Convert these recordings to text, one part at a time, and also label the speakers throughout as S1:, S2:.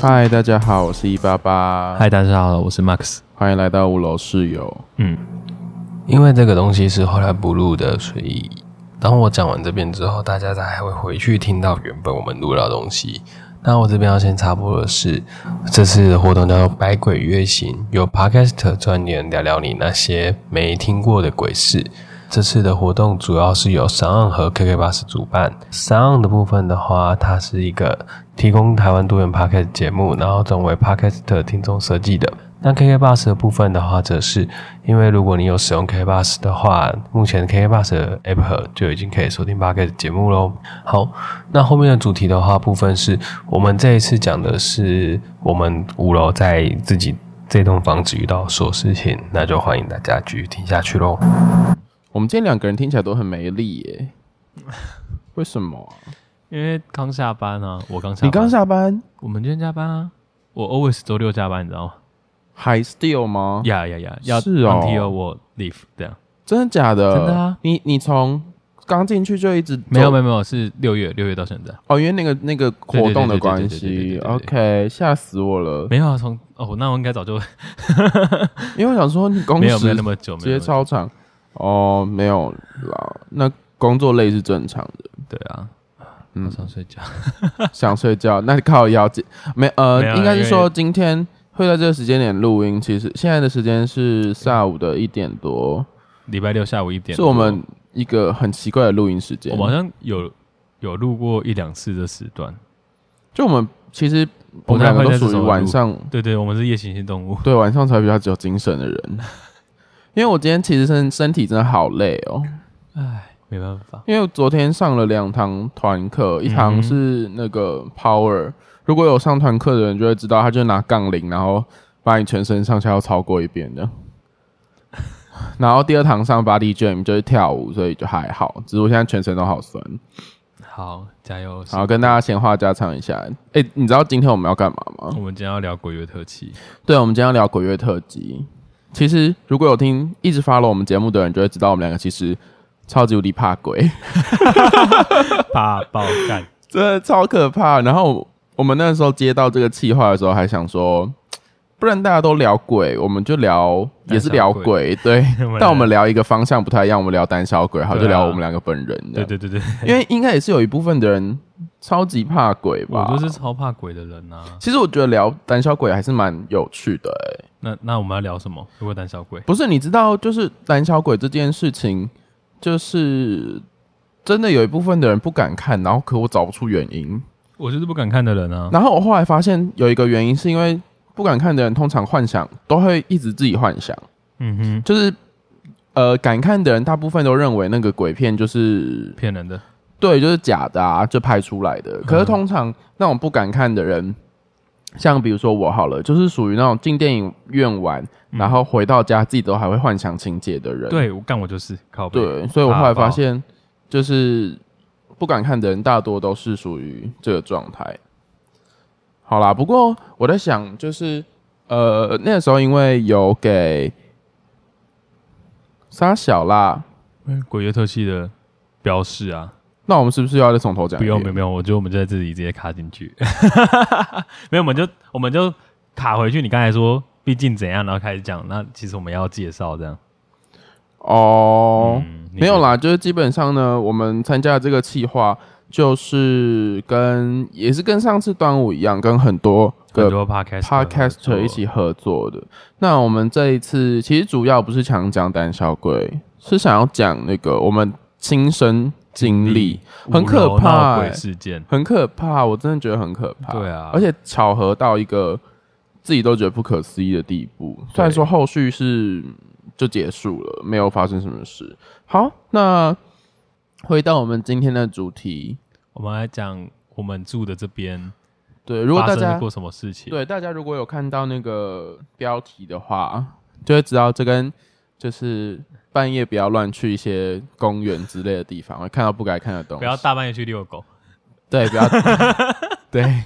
S1: 嗨，大家好，我是一八八，
S2: 啊
S3: 嗨，大家好，我是 Max。
S1: 欢迎来到五楼室友。
S3: 因为这个东西是后来补录的，所以当我讲完这边之后，大家才还会回去听到原本我们录到的东西。那我这边要先插播的是，这次的活动叫做“百鬼月行”，由 Podcast 专人聊聊你那些没听过的鬼事。这次的活动主要是由三岸和 KK 巴士主办。三岸的部分的话，它是一个提供台湾多元 Podcast 节目，然后转为 Podcast 听众设计的。那 KK Bus 的部分的话，则是因为如果你有使用 KK Bus 的话，目前 KK Bus 的 App 就已经可以收听 p o d 节目喽。好，那后面的主题的话，部分是我们这一次讲的是我们五楼在自己这栋房子遇到的所有事情，那就欢迎大家继续听下去喽。
S1: 我们今天两个人听起来都很没力耶，为什么啊、
S2: 因为刚下班啊，我刚下班，
S1: 你刚，下班
S2: 我们今天加班啊，我 always 周六加班，你知道吗？
S1: 还 still 吗？
S2: 呀呀呀，要
S1: 是哦
S2: until 我 leave 这样，
S1: 真的假的？
S2: 真的啊！
S1: 你你从刚进去就一直
S2: 没有没
S1: 有
S2: 有没有，是六月六月到现在，
S1: 哦，因为那个那个活动的关
S2: 对对对
S1: 系
S2: 对对对对对
S1: ，OK，吓死我了。
S2: 没有啊，从哦，那我应该早就
S1: 因为我想说你工
S2: 没
S1: 时
S2: 有没有那么久，
S1: 直
S2: 没有
S1: 接
S2: 那
S1: 超
S2: 么
S1: 长哦，没有啦，那工作累是正常的。
S2: 久对啊，
S1: 嗯
S2: 我，想睡觉，
S1: 想睡觉，那靠腰间没呃
S2: 没有，啊
S1: 应该是
S2: 因
S1: 说
S2: 为
S1: 今天会在这个时间点录音。其实现在的时间是下午的一点多，
S2: 礼拜六下午一点
S1: 是
S2: 多，
S1: 我们一个很奇怪的录音时间
S2: 我。们好像有有录过一两次的时段，
S1: 就我们其实我
S2: 不
S1: 们
S2: 太
S1: 两个
S2: 会
S1: 都
S2: 在这
S1: 属于
S2: 种
S1: 晚
S2: 录
S1: 上，
S2: 对对，我们是夜行性动 物，
S1: 对晚上才比较有精神的人。 因为我今天其实身身体真的好累哦，
S2: 唉，没办法，
S1: 因为我昨天上了两堂团课，一
S2: 嗯
S1: 堂
S2: 哼
S1: 是那个 Power，、如果有上团课的人就会知道，他就拿杠铃，然后把你全身上下要超过一遍 的。然后第二堂上 Body Jam 就是跳舞，所以就还好，只是我现在全身都好酸。
S2: 好加油，
S1: 好，跟大家闲话家常一下，哎、你知道今天我们要干嘛吗？
S2: 我们今天要聊鬼月特辑，
S1: 对，我们今天要聊鬼月特辑。其实如果有听一直 follow 我们节目的人，就会知道我们两个其实超级无敌怕鬼，
S2: 怕爆干，
S1: 真的超可怕。然后我们那时候接到这个企划的时候，还想说，不然大家都聊鬼，我们就聊也是聊鬼， 对。但我们聊一个方向不太一样，我们聊胆小鬼，好，
S2: 对啊
S1: 就聊我们两个本人。
S2: 对，对对对，
S1: 因为应该也是有一部分的人超级怕鬼
S2: 我
S1: 吧。
S2: 就是超怕鬼的人啊。
S1: 其实我觉得聊胆小鬼还是蛮有趣的、欸，
S2: 那那我们要聊什么？如果胆小鬼，
S1: 不是，你知道，就是胆小鬼这件事情，就是真的有一部分的人不敢看，然后可我找不出原因。
S2: 我就是不敢看的人啊。
S1: 然后我后来发现有一个原因，是因为不敢看的人通常幻想都会一直自己幻想，
S2: 嗯哼，
S1: 就是呃，敢看的人大部分都认为那个鬼片就是
S2: 骗人的。
S1: 对，就是假的啊，就拍出来
S2: 嗯
S1: 的。可是通常那种不敢看的人，像比如说我好了，就是属于那种进电影院玩，
S2: 嗯
S1: 然后回到家自己都还会幻想情节的人。
S2: 对，我干我就是靠背。
S1: 对，所以我后来发现，就是不敢看的人大多都是属于这个状态。好啦，不过我在想，就是呃，那个时候因为有给沙小啦，
S2: 嗯鬼月特系的标示啊，
S1: 那我们是不是要再从头讲？
S2: 不用不用，不用，我觉得我们就在这里直接卡进去。 没有，我们就我们就卡回去。你刚才说，毕竟怎样，然后开始讲。那其实我们要介绍这样。
S1: 哦。
S2: 嗯
S1: 没有。啦，就是基本上呢，我们参加的这个企划，就是跟也是跟上次端午一样，跟很多
S2: 你很
S1: 个
S2: 多 podcast
S1: podcaster 一起合作的。那我们这一次其实主要不是想讲胆小鬼，是想要讲那个我们亲身经历，很可怕欸
S2: 鬼事件。
S1: 很可怕，我真的觉得很可怕。
S2: 对啊
S1: 而且巧合到一个自己都觉得不可思议的地步。
S2: 对
S1: 虽然说后续是就结束了，没有发生什么事。好，那回到我们今天的主题。
S2: 我们来讲我们住的这边
S1: 对，如果
S2: 发
S1: 大
S2: 生
S1: 家
S2: 过什么事情。
S1: 对，大家如果有看到那个标题的话，就会知道这跟就是半夜不要乱去一些公园之类的地方，会看到不该看的东西。
S2: 不要大半夜去遛狗。
S1: 对，不 要对，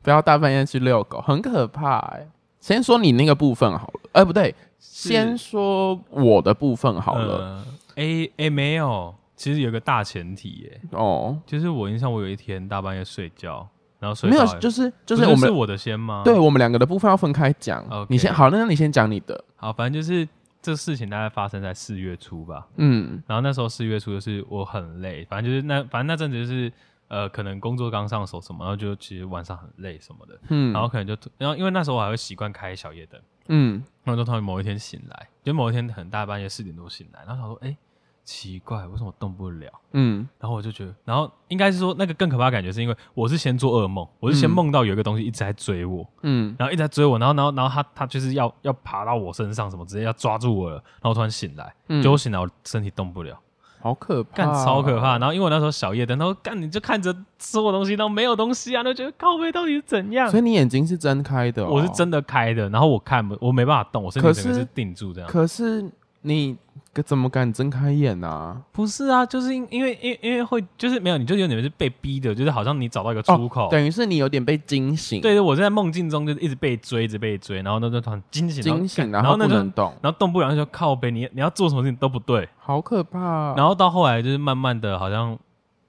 S1: 不要大半夜去遛狗，很可怕、欸。先说你那个部分好了，哎、不对，先说我的部分好了。
S2: 呃，哎哎，没有，其实有个大前提耶，
S1: 哦，
S2: 就是我印象我有一天大半夜睡觉，然后睡
S1: 没有
S2: 到，了
S1: 就是就
S2: 不
S1: 是
S2: 是
S1: 我
S2: 是
S1: 们
S2: 我的先吗？哦
S1: 对，我们两个的部分要分开讲。
S2: OK
S1: 你先好，那那你先讲你的。
S2: 好，反正就是这事情大概发生在四月初吧。
S1: 嗯
S2: 然后那时候四月初就是我很累，反正就是那反正那阵子就是呃，可能工作刚上手什么，然后就其实晚上很累什么的，
S1: 嗯，
S2: 然后可能就然后因为那时候我还会习惯开小夜灯，
S1: 嗯
S2: 然后就突然某一天醒来，就某一天很大半夜四点多醒来，然后想说哎、诶奇怪，为什么动不了？
S1: 嗯
S2: 然后我就觉得，然后应该是说那个更可怕的感觉是因为我是先做噩梦，我是
S1: 嗯
S2: 先梦到有一个东西一直在追我，
S1: 嗯
S2: 然后一直在追我，然后然后然后他他就是要要爬到我身上什么，直接要抓住我了，然后我突然醒来，
S1: 嗯，
S2: 结果醒来我身体动不了，
S1: 好可怕，哦
S2: 干超可怕。。然后因为我那时候小夜灯，他说干你就看着所有东西都没有东西啊，那觉得靠背到底是怎样
S1: 所？以你眼睛是睁开的哦、
S2: 我是真的开的，然后我看不我没办法动，我身体
S1: 可
S2: 整个
S1: 是
S2: 是定住这样。
S1: 可是你可怎么敢睁开眼啊？
S2: 不是啊，就是因因为因为因为会就是没有，你就有点是被逼的，就是好像你找到一个出口，
S1: 等于是你有点被惊醒，，
S2: 哦对对，我在梦境中就是一直被追，一直被追，然后那就突然惊醒，
S1: 惊醒，
S2: 然
S1: 然
S2: 后
S1: 后
S2: 干
S1: 不
S2: 然后那
S1: 能
S2: 就
S1: 动，
S2: 然后动不了，就说靠背，你你要做什么事情都不对。
S1: 好可怕、
S2: 然
S1: 后
S2: 后到后来就是慢慢的，好像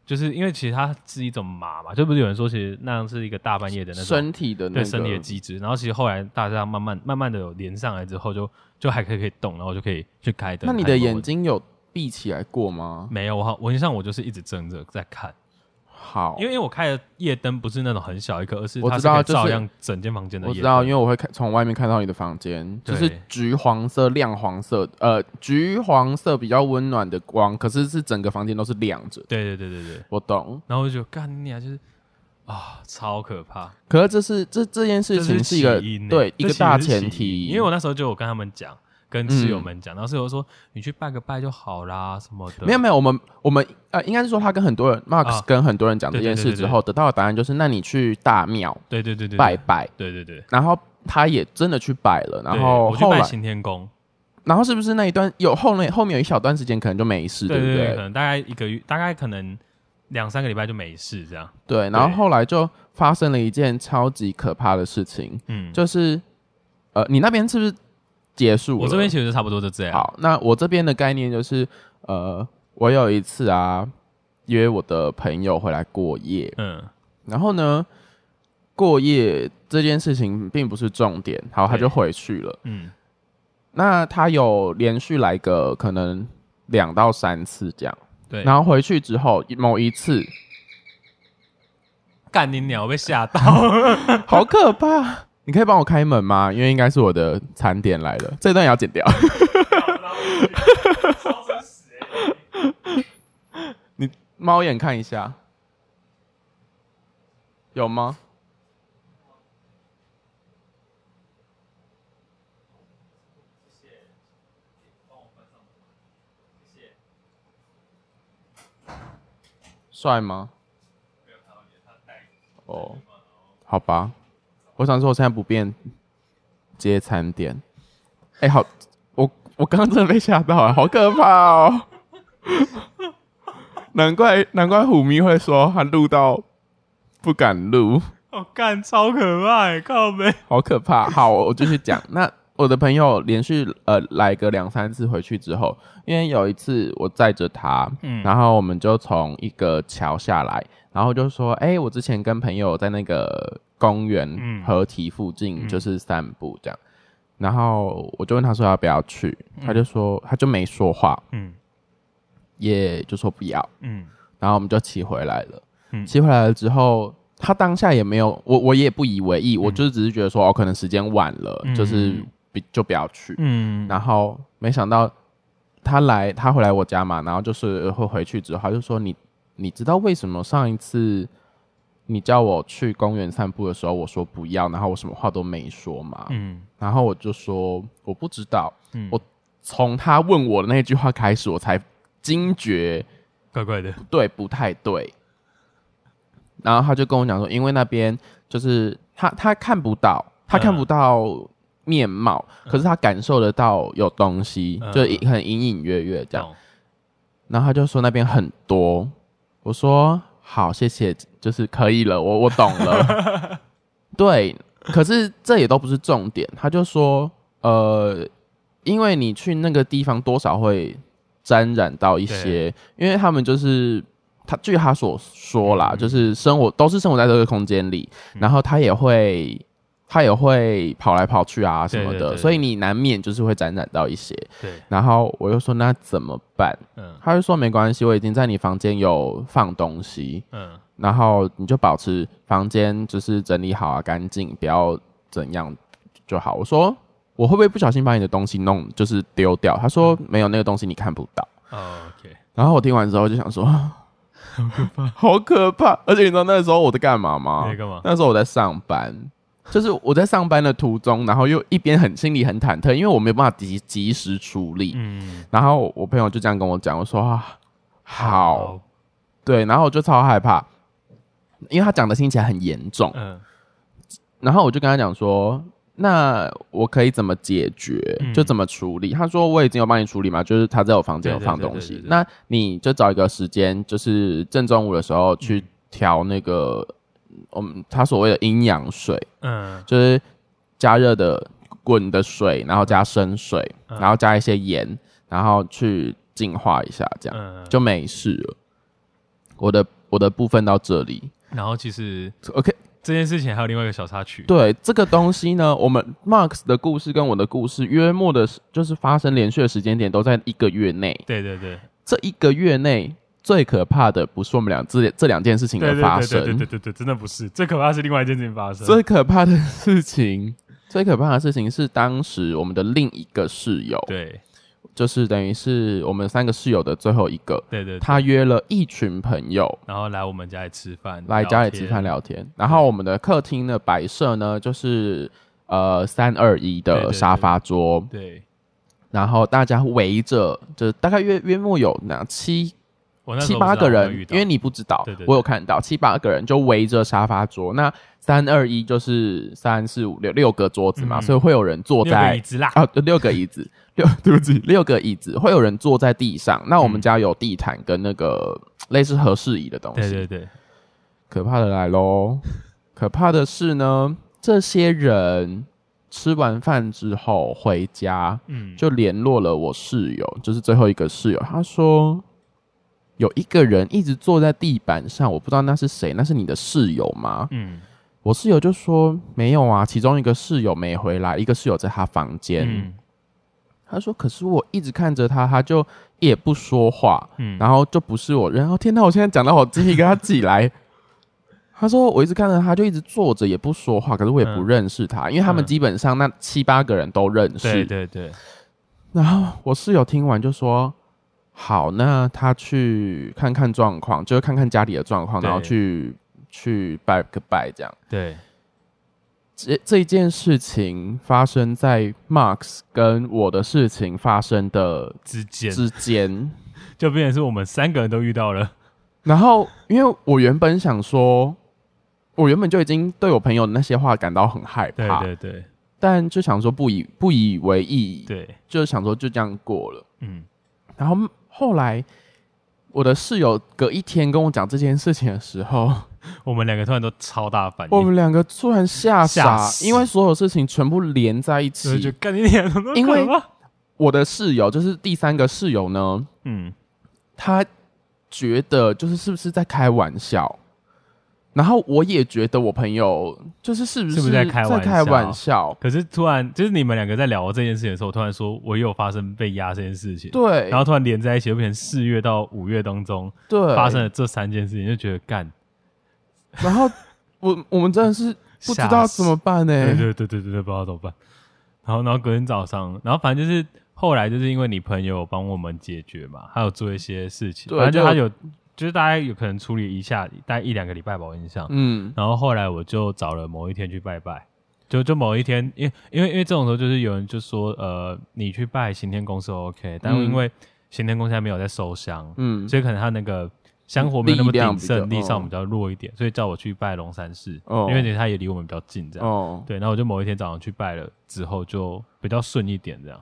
S2: 就是因为其实它是一种麻嘛，就不是有人说其实那样是一个大半夜的那种
S1: 身体的那
S2: 对
S1: 个
S2: 身体的机制。然后其实后来大家慢慢慢慢的有连上来之后就，就还可以可以动，然后就可以去开灯。
S1: 那你
S2: 开
S1: 的
S2: 门
S1: 眼睛有闭起来过吗？
S2: 没有？我好，我印象我就是一直睁着在看，
S1: 好，
S2: 因为因为我开的夜灯不是那种很小一颗，而是
S1: 我
S2: 它
S1: 知
S2: 是可以
S1: 道就是
S2: 照亮整间房间的
S1: 我
S2: 夜
S1: 知
S2: 灯。
S1: 道，因为我会看从外面看到你的房间，就是
S2: 对
S1: 橘黄色、亮黄色，呃，橘黄色比较温暖的光，可是是整个房间都是亮着的。
S2: 对对对对对。
S1: 我懂，
S2: 然后我就觉得干你啊，就是啊，超可怕。
S1: 可是这是这这件事情一个
S2: 这起因欸
S1: 对一
S2: 这
S1: 个
S2: 其实是
S1: 大
S2: 起因
S1: 前提，嗯
S2: 因为我那时候就有跟他们讲，跟室友们讲，然后室友说你去拜个拜就好啦，什么的。
S1: 没有没有，我们我们呃，应该是说他跟很多人
S2: 啊
S1: ，Max 跟很多人讲
S2: 对
S1: 这
S2: 对
S1: 件
S2: 对
S1: 事
S2: 对
S1: 之
S2: 对
S1: 后，得到的答案就是，那你去大庙
S2: 对，对对对对，
S1: 拜，拜，
S2: 对对对。
S1: 然后他也真的去拜了，然
S2: 对
S1: 后
S2: 我去
S1: 后
S2: 拜
S1: 来，
S2: 行天宫，
S1: 然后是不是那一段有后面后面有一小段时间可能就没事，
S2: 对
S1: 不
S2: 对，可能大概一个月，大概可能两三个礼拜就没事这样。
S1: 对，然后
S2: 对
S1: 后来就发生了一件超级可怕的事情，
S2: 嗯，
S1: 就是呃，你那边是不是结束了？
S2: 我这边啊其实差不多就这样。
S1: 好，那我这边的概念就是，呃，我有一次啊，约我的朋友回来过夜，
S2: 嗯，
S1: 然后呢，过夜这件事情并不是重点，好，他
S2: 对
S1: 就回去了。
S2: 嗯
S1: 那他有连续来个可能两到三次这样，
S2: 对。
S1: 然后回去之后某一次，
S2: 干你鸟，我被吓到。
S1: 好可怕！你可以帮我开门吗？因为应该是我的餐点来了，这段也要剪掉。 你猫眼看一下，有吗？帅吗？哦，好吧，我想说我现在不便接餐点。哎、好，我我刚刚真的被吓到了，好可怕哦！难怪难怪虎咪会说他录到不敢录，
S2: 我哦干，超可怕欸，靠背。
S1: 好可怕。好，我继续讲。那我的朋友连续呃来个两三次回去之后，因为有一次我载着他，
S2: 嗯
S1: 然后我们就从一个桥下来，然后就说：“哎、我之前跟朋友在那个公
S2: 嗯
S1: 园河堤附近就是散步这样。然后我就问他说要不要去，他就说他就没说话，
S2: 嗯
S1: 也就说不要。
S2: 嗯
S1: 然后我们就骑回来了。
S2: 嗯
S1: 骑回来了之后，他当下也没有我，我也不以为意，我就只是觉得说哦，可能时间晚了，
S2: 嗯
S1: 就是比就不要去。
S2: 嗯，
S1: 然后没想到他来，他回来我家嘛，然后就是会回去之后，他就说你你知道为什么上一次你叫我去公园散步的时候，我说不要，然后我什么话都没说嘛，
S2: 嗯
S1: 然后我就说我不知道，
S2: 嗯，
S1: 我从他问我的那句话开始，我才惊觉
S2: 怪怪的。
S1: 对不太对。然后他就跟我讲说，因为那边就是他他看不到，他看不到面貌，可是他感受得到有东西，
S2: 嗯
S1: 就隐很隐隐约约这样。
S2: 懂，
S1: 然后他就说那边很多，我说好，谢谢，就是可以了，我我 懂了。对，可是这也都不是重点，他就说。呃，因为你去那个地方多少会沾染到一些，因为他们就是他据他所说啦，
S2: 嗯
S1: 就是生活都是生活在这个空间里，然后他也会。他也会跑来跑去啊什么的，
S2: 对对对对
S1: 所以你难免就是会沾染到一些。
S2: 对，
S1: 然后我又说那怎么办？
S2: 嗯
S1: 他就说没关系，我已经在你房间有放东西，
S2: 嗯，
S1: 然后你就保持房间就是整理好啊，干净，不要怎样就好。我说我会不会不小心把你的东西弄就是丢掉？他说没有，那个东西你看不到。
S2: 哦，OK，
S1: 然后我听完之后就想说， 好可怕，而且你知道那时候我在干嘛吗
S2: 你在？干嘛？
S1: 那时候我在上班，就是我在上班的途中，然后又一边很心里很忐忑，因为我没有办法及及时处理。
S2: 嗯，
S1: 然后我朋友就这样跟我讲，我说啊，好，，对，然后我就超害怕，因为他讲的听起来很严重，
S2: 嗯
S1: 然后我就跟他讲说，那我可以怎么解决，
S2: 嗯
S1: 就怎么处理。他说我已经有帮你处理嘛，就是他在我房间有
S2: 对对
S1: 放
S2: 对对
S1: 东
S2: 对
S1: 西，
S2: 对
S1: 那你就找一个时间，就是正中午的时候
S2: 嗯
S1: 去调那个，嗯我们他所谓的阴阳水，
S2: 嗯
S1: 就是加热的滚的水，然后加生水，
S2: 嗯
S1: 然后加一些盐，然后去净化一下，这样。
S2: 嗯，
S1: 就没事了。我的我的部分到这里
S2: 然后其实
S1: ，OK。
S2: 这件事情还有另外一个小插曲，
S1: 对这个东西呢，我们 Max 的故事跟我的故事约莫的，就是发生连续的时间点都在一个月内。
S2: 对对对，
S1: 这一个月内最可怕的不是我们俩这这两件事情
S2: 对
S1: 的
S2: 对
S1: 发
S2: 对对对
S1: 生
S2: 对，对对，真的不是，最可怕是另外一件事情发生。
S1: 最可怕的事情，最可怕的事情是当时我们的另一个室友，
S2: 对
S1: 就是等于是我们三个室友的最后一个，
S2: 对对，
S1: 他约了一群朋友，
S2: 然后来我们家里吃饭，
S1: 来
S2: 聊
S1: 家里
S2: 天
S1: 吃饭，聊天。然后我们的客厅的摆设呢，就是呃三二一
S2: 对对
S1: 的
S2: 对
S1: 沙发桌，
S2: 对
S1: 然后大家围着，就是大概约约莫有那七
S2: 我那时
S1: 七
S2: 候
S1: 八
S2: 不知道
S1: 个
S2: 会遇
S1: 人，
S2: 到
S1: 因为你不知道，
S2: 对对对
S1: 我有看到七八个人就围着沙发桌。那三二一就是三四五六六个桌子嘛，
S2: 嗯
S1: 所以会有人坐
S2: 六个
S1: 在
S2: 椅子啦，
S1: 啊，对六个椅子， 六对不起，六个椅子会有人坐在地上。那
S2: 嗯
S1: 我们家有地毯跟那个类似合适椅的东西，
S2: 对对对，
S1: 可怕的来喽！可怕的是呢，这些人吃完饭之后回家，
S2: 嗯，
S1: 就联络了我室友，就是最后一个室友。他说有一个人一直坐在地板上，我不知道那是谁，那是你的室友吗？
S2: 嗯
S1: 我室友就说没有啊，其中一个室友没回来，一个室友在他房间。
S2: 嗯
S1: 他说可是我一直看着他，他就也不说话。
S2: 嗯，
S1: 然后就不是我，然后天哪！我现在讲到我鸡皮疙瘩起 来。他说我一直看着他，就一直坐着也不说话，可是我也不
S2: 嗯
S1: 认识他，因为他们
S2: 嗯
S1: 基本上那七八个人都认识。
S2: 对对对，
S1: 然后我室友听完就说：“好，那他去看看状况，就是看看家里的状况，
S2: 对
S1: 然后去去拜个拜这样。”
S2: 对，
S1: 这这件事情发生在 Max 跟我的事情发生的
S2: 之间
S1: 之间。
S2: 就变成是我们三个人都遇到了，
S1: 然后，因为我原本想说，我原本就已经对我朋友的那些话感到很害
S2: 对
S1: 怕，
S2: 对对
S1: 但就想说不以不以为意，
S2: 对，
S1: 就想说就这样过了。
S2: 嗯
S1: 然后后来，我的室友隔一天跟我讲这件事情的时候，
S2: 我们两个突然都超大反
S1: 我
S2: 应，
S1: 们两个突然吓傻
S2: 吓，死
S1: 因为所有事情全部连在一
S2: 所以就
S1: 起。
S2: 干你脸都
S1: 因为
S2: 可怕
S1: 我的室友就是第三个室友呢，
S2: 嗯
S1: 他觉得就是是不是在开玩笑，然后我也觉得我朋友就是是不
S2: 是不是在
S1: 在
S2: 开玩笑
S1: 开玩笑？
S2: 可是突然就是你们两个在聊这件事情的时候，突然说我也有发生被压这件事情，
S1: 对，
S2: 然后突然连在一起，就变成四月到五月当中
S1: 对
S2: 发生，了这三件事情，就觉得干，
S1: 然后我我们真的是不知道
S2: 吓死
S1: 怎么办欸呢、
S2: 对对对对对对，不知道怎么办。然后然后隔天早上，然后反正就是后来就是因为你朋友帮我们解决嘛，还有做一些事情，
S1: 对
S2: 反正就他
S1: 就
S2: 有就是大概有可能处理一下，大概一两个礼拜吧，我印象。
S1: 嗯，
S2: 然后后来我就找了某一天去拜拜，就就某一天，因为因为因为这种时候就是有人就说，呃，你去拜行天宫是 OK，但
S1: 嗯
S2: 因为行天宫现在没有在收香，
S1: 嗯
S2: 所以可能他那个香火没有那么
S1: 力量
S2: 鼎
S1: 比较
S2: 盛，力上
S1: 哦
S2: 比较弱一点，所以叫我去拜龙山寺，
S1: 哦
S2: 因为他也离我们比较近，这样。
S1: 哦，
S2: 对，然后我就某一天早上去拜了之后，就比较顺一点这样。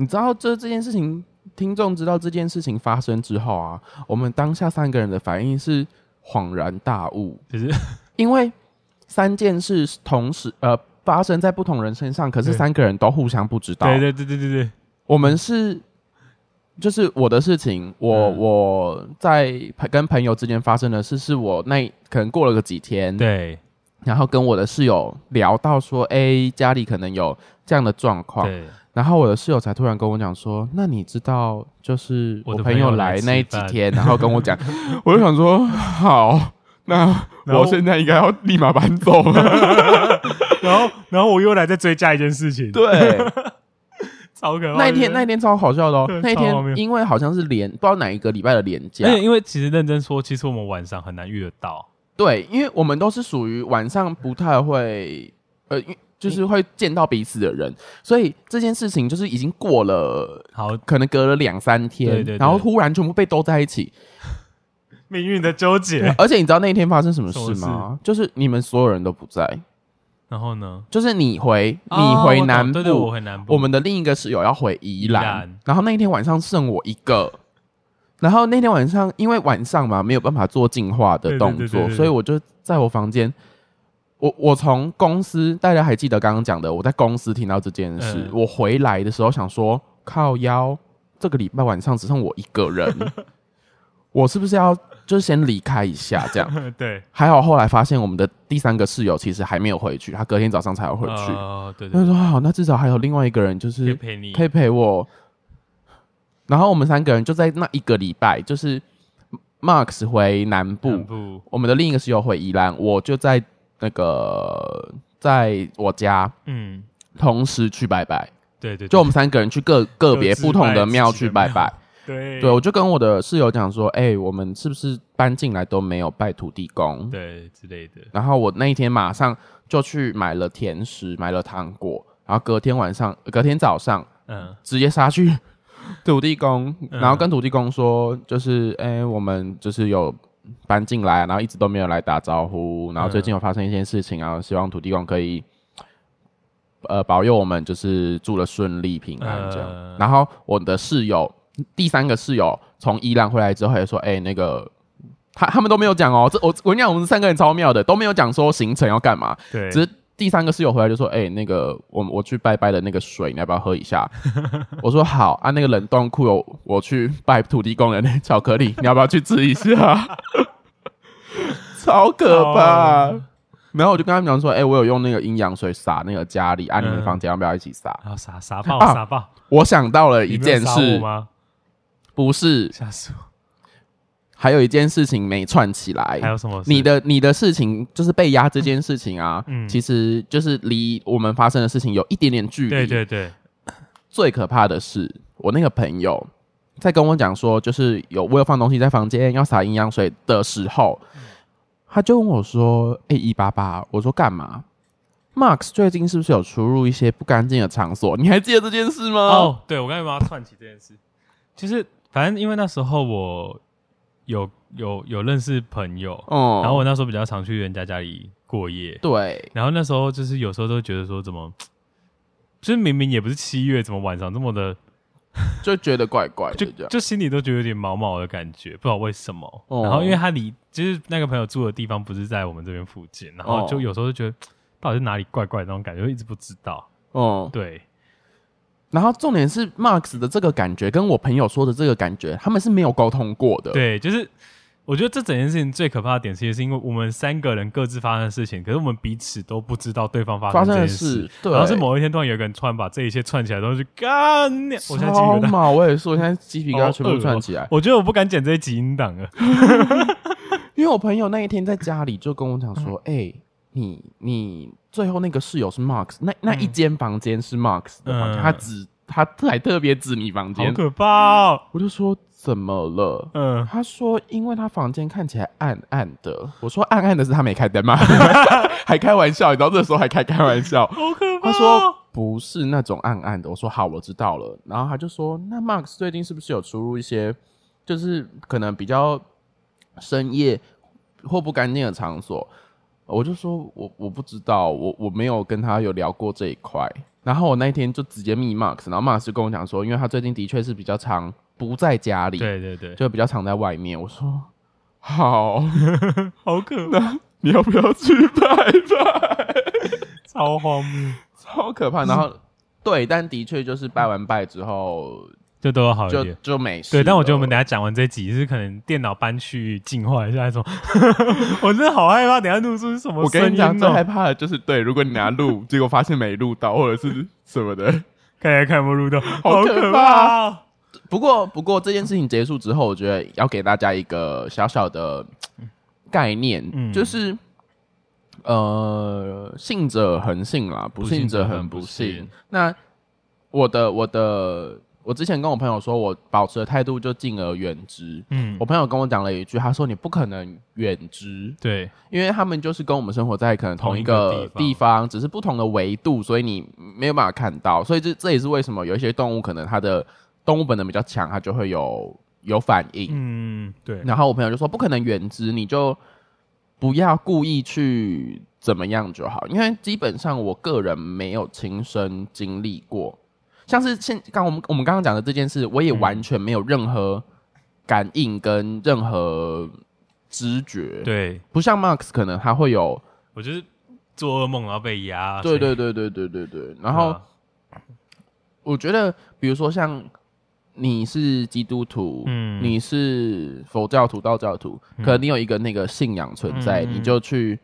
S1: 你知道这这件事情，听众知道这件事情发生之后啊，我们当下三个人的反应是恍然大悟，
S2: 就是
S1: 因为三件事同时呃发生在不同人身上，可是
S2: 对
S1: 三个人都互相不知道。
S2: 对对对对对对，
S1: 我们是，就是我的事情，我、
S2: 嗯
S1: 我在朋跟朋友之间发生的事，是我那可能过了个几天，，
S2: 对
S1: 然后跟我的室友聊到说，哎、家里可能有这样的状况，
S2: 对，
S1: 然后我的室友才突然跟我讲说，那你知道就是
S2: 我
S1: 我
S2: 的
S1: 朋友
S2: 朋友来
S1: 来那
S2: 吃
S1: 几
S2: 饭
S1: 天，然后跟 我讲，我就想说，好，那
S2: 然后
S1: 我现在应该要立马搬走 了，
S2: 然后然后我又来再追加一件事情，，
S1: 对。
S2: 超可怕。
S1: 那一天
S2: 对
S1: 那一天超好 笑的哦
S2: 对，
S1: 那一
S2: 超荒谬
S1: 天因为好像是连不知道哪一个礼拜的连假
S2: 而，且因为其实认真说，其实我们晚上很难遇得到，
S1: 对，因为我们都是属于晚上不太会，呃，因就是会见到彼此的人，所以这件事情就是已经过了，
S2: 好
S1: 可能隔了两三天，
S2: 对对对
S1: 然后突然全部被兜在一起，
S2: 命运的纠结。
S1: 而且你知道那一天发生什么事
S2: 什
S1: 吗？就是你们所有人都不在，
S2: 然后呢？
S1: 就是你回你
S2: 哦我
S1: 回
S2: 懂
S1: 南部，
S2: 对对，我回南部，
S1: 我们的另一个室友要回宜
S2: 嗯宜
S1: 兰
S2: 兰，
S1: 然后那一天晚上剩我一个。然后那天晚上，因为晚上嘛没有办法做净化的动
S2: 对对对对
S1: 作，
S2: 对
S1: 所以我就在我房间。我我从公司，大家还记得刚刚讲的，我在公司听到这件事，
S2: 嗯
S1: 我回来的时候想说，靠腰，这个礼拜晚上只剩我一个人， 我是不是要就是先离开一下这 样？
S2: 对
S1: 还好后来发现我们的第三个室友其实还没有回去，他隔天早上才要回去。
S2: 哦，对
S1: 他
S2: 对，
S1: 说好，那至少还有另外一个人就
S2: 对可以
S1: 是
S2: 陪你，
S1: 可以陪我。然后我们三个人就在那一个礼拜，就是 Max 回南部，
S2: 南部，
S1: 我们的另一个室友回宜兰，我就在那个在我家，
S2: 嗯，
S1: 同时去拜拜，
S2: 对对，对
S1: 就我们三个人去各个别
S2: 自
S1: 不同
S2: 拜
S1: 的
S2: 自
S1: 庙
S2: 己
S1: 去
S2: 的
S1: 拜
S2: 庙
S1: 拜。
S2: 对
S1: 对，我就跟我的室友讲说，哎、我们是不是搬进来都没有拜土地公？
S2: 对之类的，
S1: 然后我那一天马上就去买了甜食，买了糖果，然后隔天晚上，隔天早上
S2: 嗯，
S1: 直接杀 去土地公，
S2: 嗯
S1: 然后跟土地公说，就是哎、诶我们就是有搬进来，啊然后一直都没有来打招呼，然后最近有发生一件事情，然啊后希望土地公可以。呃，保佑我们就是住的顺利平安这样。
S2: 嗯
S1: 然后我的室友，第三个室友从伊朗回来之后，也说：“哎、那个他他们都没有讲哦，这我我跟你讲，我们三个人超妙的，都没有讲说行程要干嘛，
S2: 对，
S1: 只是第三个室友回来就说：“哎、那个我我去拜拜的那个水，你要不要喝一下？” 我说：“好啊，那个冷冻库有我去拜土地公的那巧克力，你要不要去吃一下？” 超可怕。
S2: 啊
S1: 然后我就跟他们讲说：“哎、我有用那个阴阳水洒那个家里，啊，你们
S2: 嗯
S1: 房间要不要一起洒
S2: 然后傻傻爆
S1: 啊
S2: 傻爆，？”
S1: 我想到了
S2: 你
S1: 一
S2: 没有
S1: 件
S2: 杀我
S1: 事，
S2: 吗？
S1: 不是，
S2: 吓死我！
S1: 还有一件事情没串起来，
S2: 还有什么事？
S1: 你的你的事情就是被压这件事情啊，
S2: 嗯
S1: 其实就是离我们发生的事情有一点点距离。
S2: 对对对，
S1: 最可怕的是，我那个朋友在跟我讲说，就是有我有放东西在房间要洒营养水的时候，
S2: 嗯
S1: 他就问我说：“哎、一八八，我说干嘛？”Max 最近是不是有出入一些不干净的场所？你还记得这件事吗？
S2: 哦，对我刚才把它串起这件事，就是反正因为那时候我有有有认识朋友，
S1: 哦
S2: 然后我那时候比较常去人家家里过夜，
S1: 对
S2: 然后那时候就是有时候都觉得说怎么，就是明明也不是七月，怎么晚上这么的，
S1: 就觉得怪怪的
S2: 就
S1: 这样，
S2: 就心里都觉得有点毛毛的感觉，不知道为什么。
S1: 哦
S2: 然后因为他离就是那个朋友住的地方不是在我们这边附近，然
S1: 哦
S2: 后就有时候就觉得到底是哪里怪怪的那种感觉，就一直不知道。
S1: 哦、
S2: 对，
S1: 然后重点是 Max 的这个感觉跟我朋友说的这个感觉，他们是没有沟通过的。
S2: 对，就是我觉得这整件事情最可怕的点，其实是因为我们三个人各自发生的事情，可是我们彼此都不知道对方发
S1: 发
S2: 这
S1: 生
S2: 件
S1: 的
S2: 事。
S1: 事，对，
S2: 然后是某一天突然有一个人突然把这一切串起来，然后就干，我现在鸡皮
S1: 超
S2: 疙瘩。
S1: 毛，我也是，我现在鸡皮疙瘩全
S2: 好
S1: 部
S2: 恶哦
S1: 串起来。
S2: 我觉得我不敢剪这一集音档了。
S1: 因为我朋友那一天在家里就跟我讲说：“哎、
S2: 嗯
S1: 你你最后那个室友是 Max，那那一间房间是 Max 的房间，
S2: 嗯
S1: 他指他还特别指你房
S2: 好
S1: 间。
S2: 可怕哦！”
S1: 我就说：“怎么了？”
S2: 嗯，
S1: 他说：“因为他房间看起来暗暗的。”我说：“暗暗的是他没开灯吗？ 还开玩笑，你知道这时候还开开玩笑。”
S2: 好可怕。
S1: 他
S2: 哦
S1: 说不是那种暗暗的。我说好，我知道了。然后他就说，那 Max 最近是不是有出入一些，就是可能比较深夜或不干净的场所？我就说我我不知道，我我没有跟他有聊过这一块。然后我那一天就直接密 Max，然后 Max 就跟我讲说，因为他最近的确是比较常不在家里，
S2: 对对对，
S1: 就比较常在外面。我说好，
S2: 好可怕。
S1: 你要不要去拜拜？
S2: 超荒谬，
S1: 超可
S2: 嗯
S1: 怕。然后对，但的确就是拜完拜之后
S2: 就都要好一
S1: 就
S2: 点。
S1: 就没事了。
S2: 对，但我觉得我们等一下讲完这一集，是可能电脑搬去净化一下那种。 我真的好害怕，等一下录出什么
S1: 我
S2: 声
S1: 跟你讲，
S2: 音
S1: 最害
S2: 哦！
S1: 怕的就是对，如果你拿录，结果发现没录到或者是什么 的。
S2: 看来看有没有录到，
S1: 好
S2: 可
S1: 可怕
S2: 哦！
S1: 不过，不过这件事情结束之后，我觉得要给大家一个小小的概念，
S2: 嗯
S1: 就是呃，信者恒信啦，不信者恒不
S2: 不信者恒
S1: 信
S2: 不信。
S1: 那我的我的，我之前跟我朋友说，我保持的态度就敬而远之。
S2: 嗯
S1: 我，朋友跟我讲了一句，他说你不可能远之，
S2: 对，
S1: 因为他们就是跟我们生活在可能同一
S2: 同一
S1: 个
S2: 个地
S1: 地
S2: 方
S1: 方，只是不同的维度，所以你没有办法看到。所以这这也是为什么有一些动物可能它的动物本能比较强，它就会有有反应。
S2: 嗯，对，
S1: 然后我朋友就说不可能远之，你就不要故意去怎么样就好，因为基本上我个人没有亲身经历过，像是现刚我们我们刚刚讲的这件事，我也
S2: 嗯
S1: 完全没有任何感应跟任何知觉。
S2: 对
S1: 不像 Max 可能他会有，
S2: 我就是做噩梦然后被压，
S1: 对
S2: 所以
S1: 对，对对对对对。然后
S2: 啊
S1: 我觉得，比如说像你是基督徒，
S2: 嗯
S1: 你是佛教徒、道教徒，可能你有一个那个信仰存在，
S2: 嗯嗯
S1: 你就去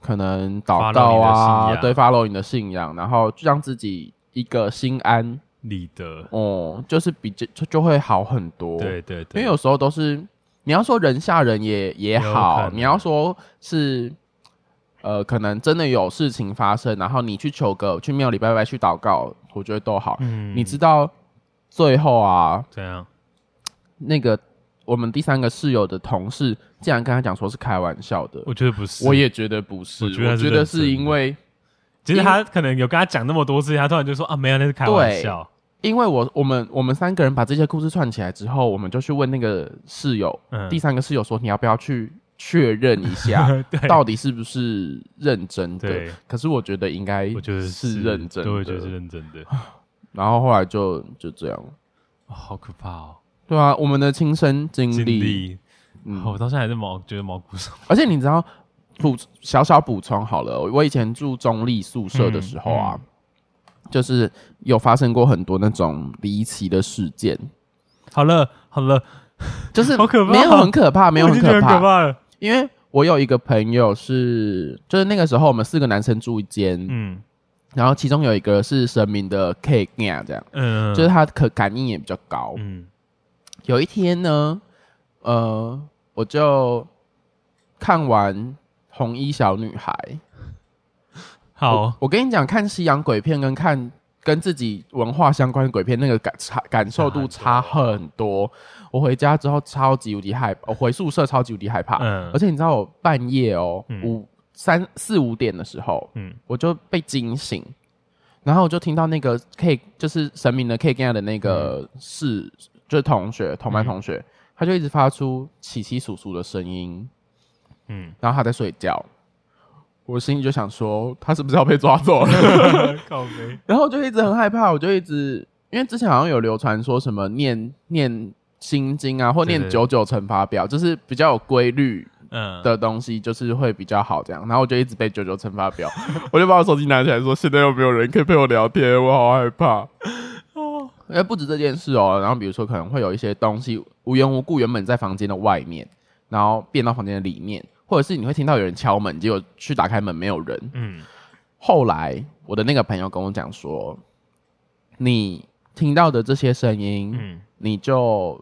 S1: 可能祷告啊，
S2: Follow 你的信仰
S1: 对，follow 你的信仰，然后就让自己一个心安，
S2: 你的，
S1: 哦、就是比较就就会好很多。
S2: 对对
S1: 因
S2: 对，
S1: 为有时候都是你要说人吓人也也
S2: 有可
S1: 好，
S2: 能
S1: 你要说是呃，可能真的有事情发生，然后你去求个去庙里拜拜去祷告，我觉得都好。
S2: 嗯
S1: 你知道最后啊，
S2: 怎样？
S1: 那个我们第三个室友的同事竟然跟他讲说是开玩笑的，
S2: 我觉得不是，
S1: 我也觉得不是，
S2: 我
S1: 我
S2: 觉得是认真的
S1: 是因为
S2: 其实他可能有跟他讲那么多次，他突然就说啊，没有，那是开玩笑。
S1: 因为我我们我们三个人把这些故事串起来之后，我们就去问那个室友，
S2: 嗯
S1: 第三个室友说你要不要去确认一下
S2: 对
S1: 到底是不是认真的
S2: 对？
S1: 可是我觉得应该
S2: 我觉得
S1: 是认真
S2: 对，我
S1: 的，
S2: 觉得是认真的，
S1: 然后后来就就这样，
S2: 哦好可怕哦！
S1: 对啊，我们的亲身经
S2: 经
S1: 历，
S2: 历，
S1: 嗯
S2: 哦我到现在还是毛觉得毛骨悚然。
S1: 而且你知道补小小补充好了，我以前住中立宿舍的时候啊，
S2: 嗯
S1: 就是有发生过很多那种离奇的事件，
S2: 好了好了，
S1: 就是
S2: 好可怕
S1: 没有很可怕，没有
S2: 我已
S1: 很
S2: 经觉
S1: 可
S2: 得
S1: 怕
S2: 很可。怕了。
S1: 因为我有一个朋友是，就是那个时候我们四个男生住一间，
S2: 嗯
S1: 然后其中有一个是神明的 K g a 这样，
S2: 嗯，
S1: 就是他可感应也比较高。
S2: 嗯
S1: 有一天呢，呃，我就看完《红衣小女孩》我
S2: 好，
S1: 我跟你讲，看西洋鬼片跟看跟自己文化相关的鬼片，那个感差感受度差很
S2: 啊
S1: 多。我回家之后超级无敌害怕，我回宿舍超级无敌害怕。
S2: 嗯
S1: 而且你知道，我半夜哦、
S2: 嗯
S1: 五三四五点的时候，
S2: 嗯
S1: 我就被惊醒，然后我就听到那个 K 就是神明的 K 跟的那
S2: 嗯
S1: 个是、就是同学同班同学，他就一直发出起起簌簌的声音，
S2: 嗯，
S1: 然后他在睡觉。我心里就想说，他是不是要被抓走了？
S2: 靠背，
S1: 然后我就一直很害怕，我就一直因为之前好像有流传说什么念念心经啊，或
S2: 对
S1: 念
S2: 对
S1: 九九乘法表，就是比较有规律
S2: 嗯，
S1: 的东西，就是会比较好这样。然后我就一直背九九乘法表， 我就把我手机拿起来说：“现在有没有人可以陪我聊天？我好害怕。”
S2: 哦，
S1: 哎，不止这件事哦，然后比如说可能会有一些东西无缘无故原本在房间的外面，然后变到房间的里面，或者是你会听到有人敲门，结果去打开门没有人，
S2: 嗯，
S1: 后来我的那个朋友跟我讲说，你听到的这些声音，
S2: 嗯
S1: 你就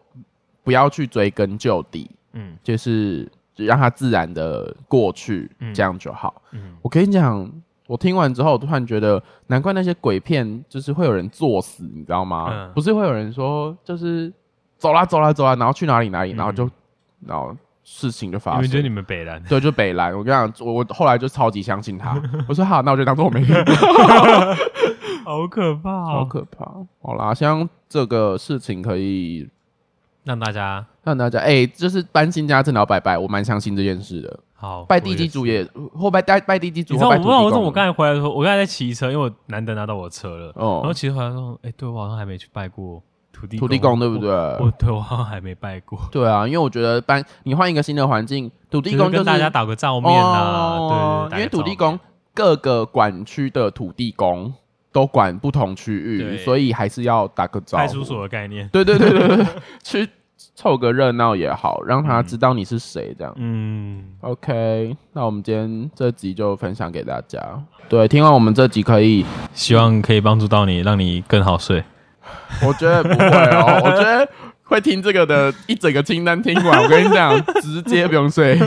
S1: 不要去追根究底，
S2: 嗯
S1: 就是让它自然的过去，
S2: 嗯
S1: 这样就好。
S2: 嗯，
S1: 我跟你讲，我听完之后，我突然觉得，难怪那些鬼片就是会有人作死，你知道吗？
S2: 嗯
S1: 不是会有人说，就是走啦走啦走啦，然后去哪里哪里，然后就、然后事情就发
S2: 因
S1: 生。
S2: 为嗯觉得你们北蓝，
S1: 对，就北兰。我跟你讲，我我后来就超级相信他。我说好，那我就当做我没听过。
S2: 好可怕
S1: 好
S2: 哦！
S1: 可怕。好啦，希望这个事情可以
S2: 让大家
S1: 让大家，哎、就是搬新家真的要拜拜，我蛮相信这件事的。
S2: 好
S1: 拜地基。
S2: 我也是
S1: 主也，或拜拜拜地基主，
S2: 你知道
S1: 或
S2: 我
S1: 拜
S2: 不
S1: 土
S2: 知道
S1: 地
S2: 为什么
S1: 公。啊
S2: 我刚才回来的时候，我刚才在骑车，因为我难得拿到我的车了。然后
S1: 哦，
S2: 骑车回来说，哎，对我好像还没去拜过土地
S1: 土地公对不对
S2: 我我对我好像还没拜过，
S1: 对啊，因为我觉得搬你换一个新的环境，土地公就
S2: 是跟
S1: 是
S2: 大家打个照面啊，
S1: 哦
S2: 对对对，
S1: 因为土地
S2: 打个照
S1: 公各个管区的土地公都管不同区域，
S2: 对
S1: 所以还是要打个招呼。
S2: 派出所的概念，
S1: 对对对对对， 去凑个热闹也好，让他知道你是谁这样。
S2: 嗯，
S1: OK，那我们今天这集就分享给大家。对，听完我们这集可以，
S2: 希望可以帮助到你，让你更好睡。
S1: 我觉得不会 哦，我觉得会听这个的一整个清单听完，我跟你 讲，直接不用睡，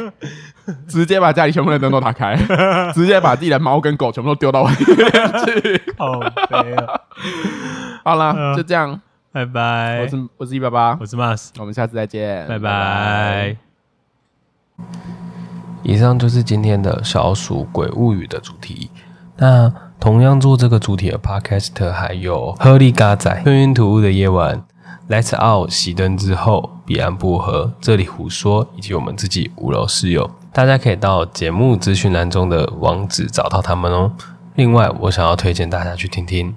S1: 直接把家里全部的灯都打 开，直接把自己的猫跟狗全部都丢到外面去。
S2: 好，
S1: 好啦，就这样，
S2: 拜
S1: 我
S2: 拜，
S1: 是我是一八八
S2: 嗯我，是 Mas，
S1: 我们下次再见，
S2: 拜拜。
S3: 以上就是今天的《小鼠鬼物语》的主题。那同样做这个主题的 Podcast 还有《喝力嘎仔》《吞云吐雾的夜晚》《Let's Out》熄灯之后、彼岸薄荷、这里胡说，以及我们自己五楼室友，大家可以到节目资讯栏中的网址找到他们哦。另外，我想要推荐大家去听听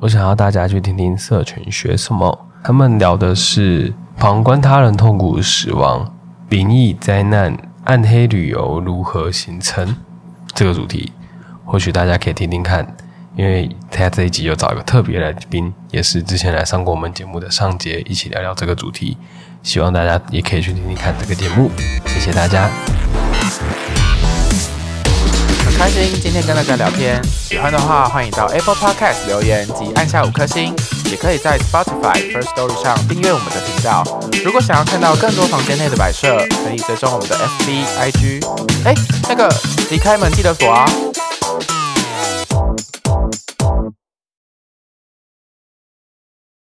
S3: 我想要大家去听听社群学什么。他们聊的是旁观他人痛苦死亡、灵异灾难、暗黑旅游如何形成这个主题，或许大家可以听听看。因为他这一集有找一个特别来宾，也是之前来上过我们节目的上节，一起聊聊这个主题。希望大家也可以去听听看这个节目。谢谢大家。
S1: 很开心今天跟大家聊天，喜欢的话欢迎到 Apple Podcast 留言及按下五颗星，也可以在 Spotify First Story 上订阅我们的频道。如果想要看到更多房间内的摆设，可以追踪我们的 FB IG。哎，那个离开门记得锁啊！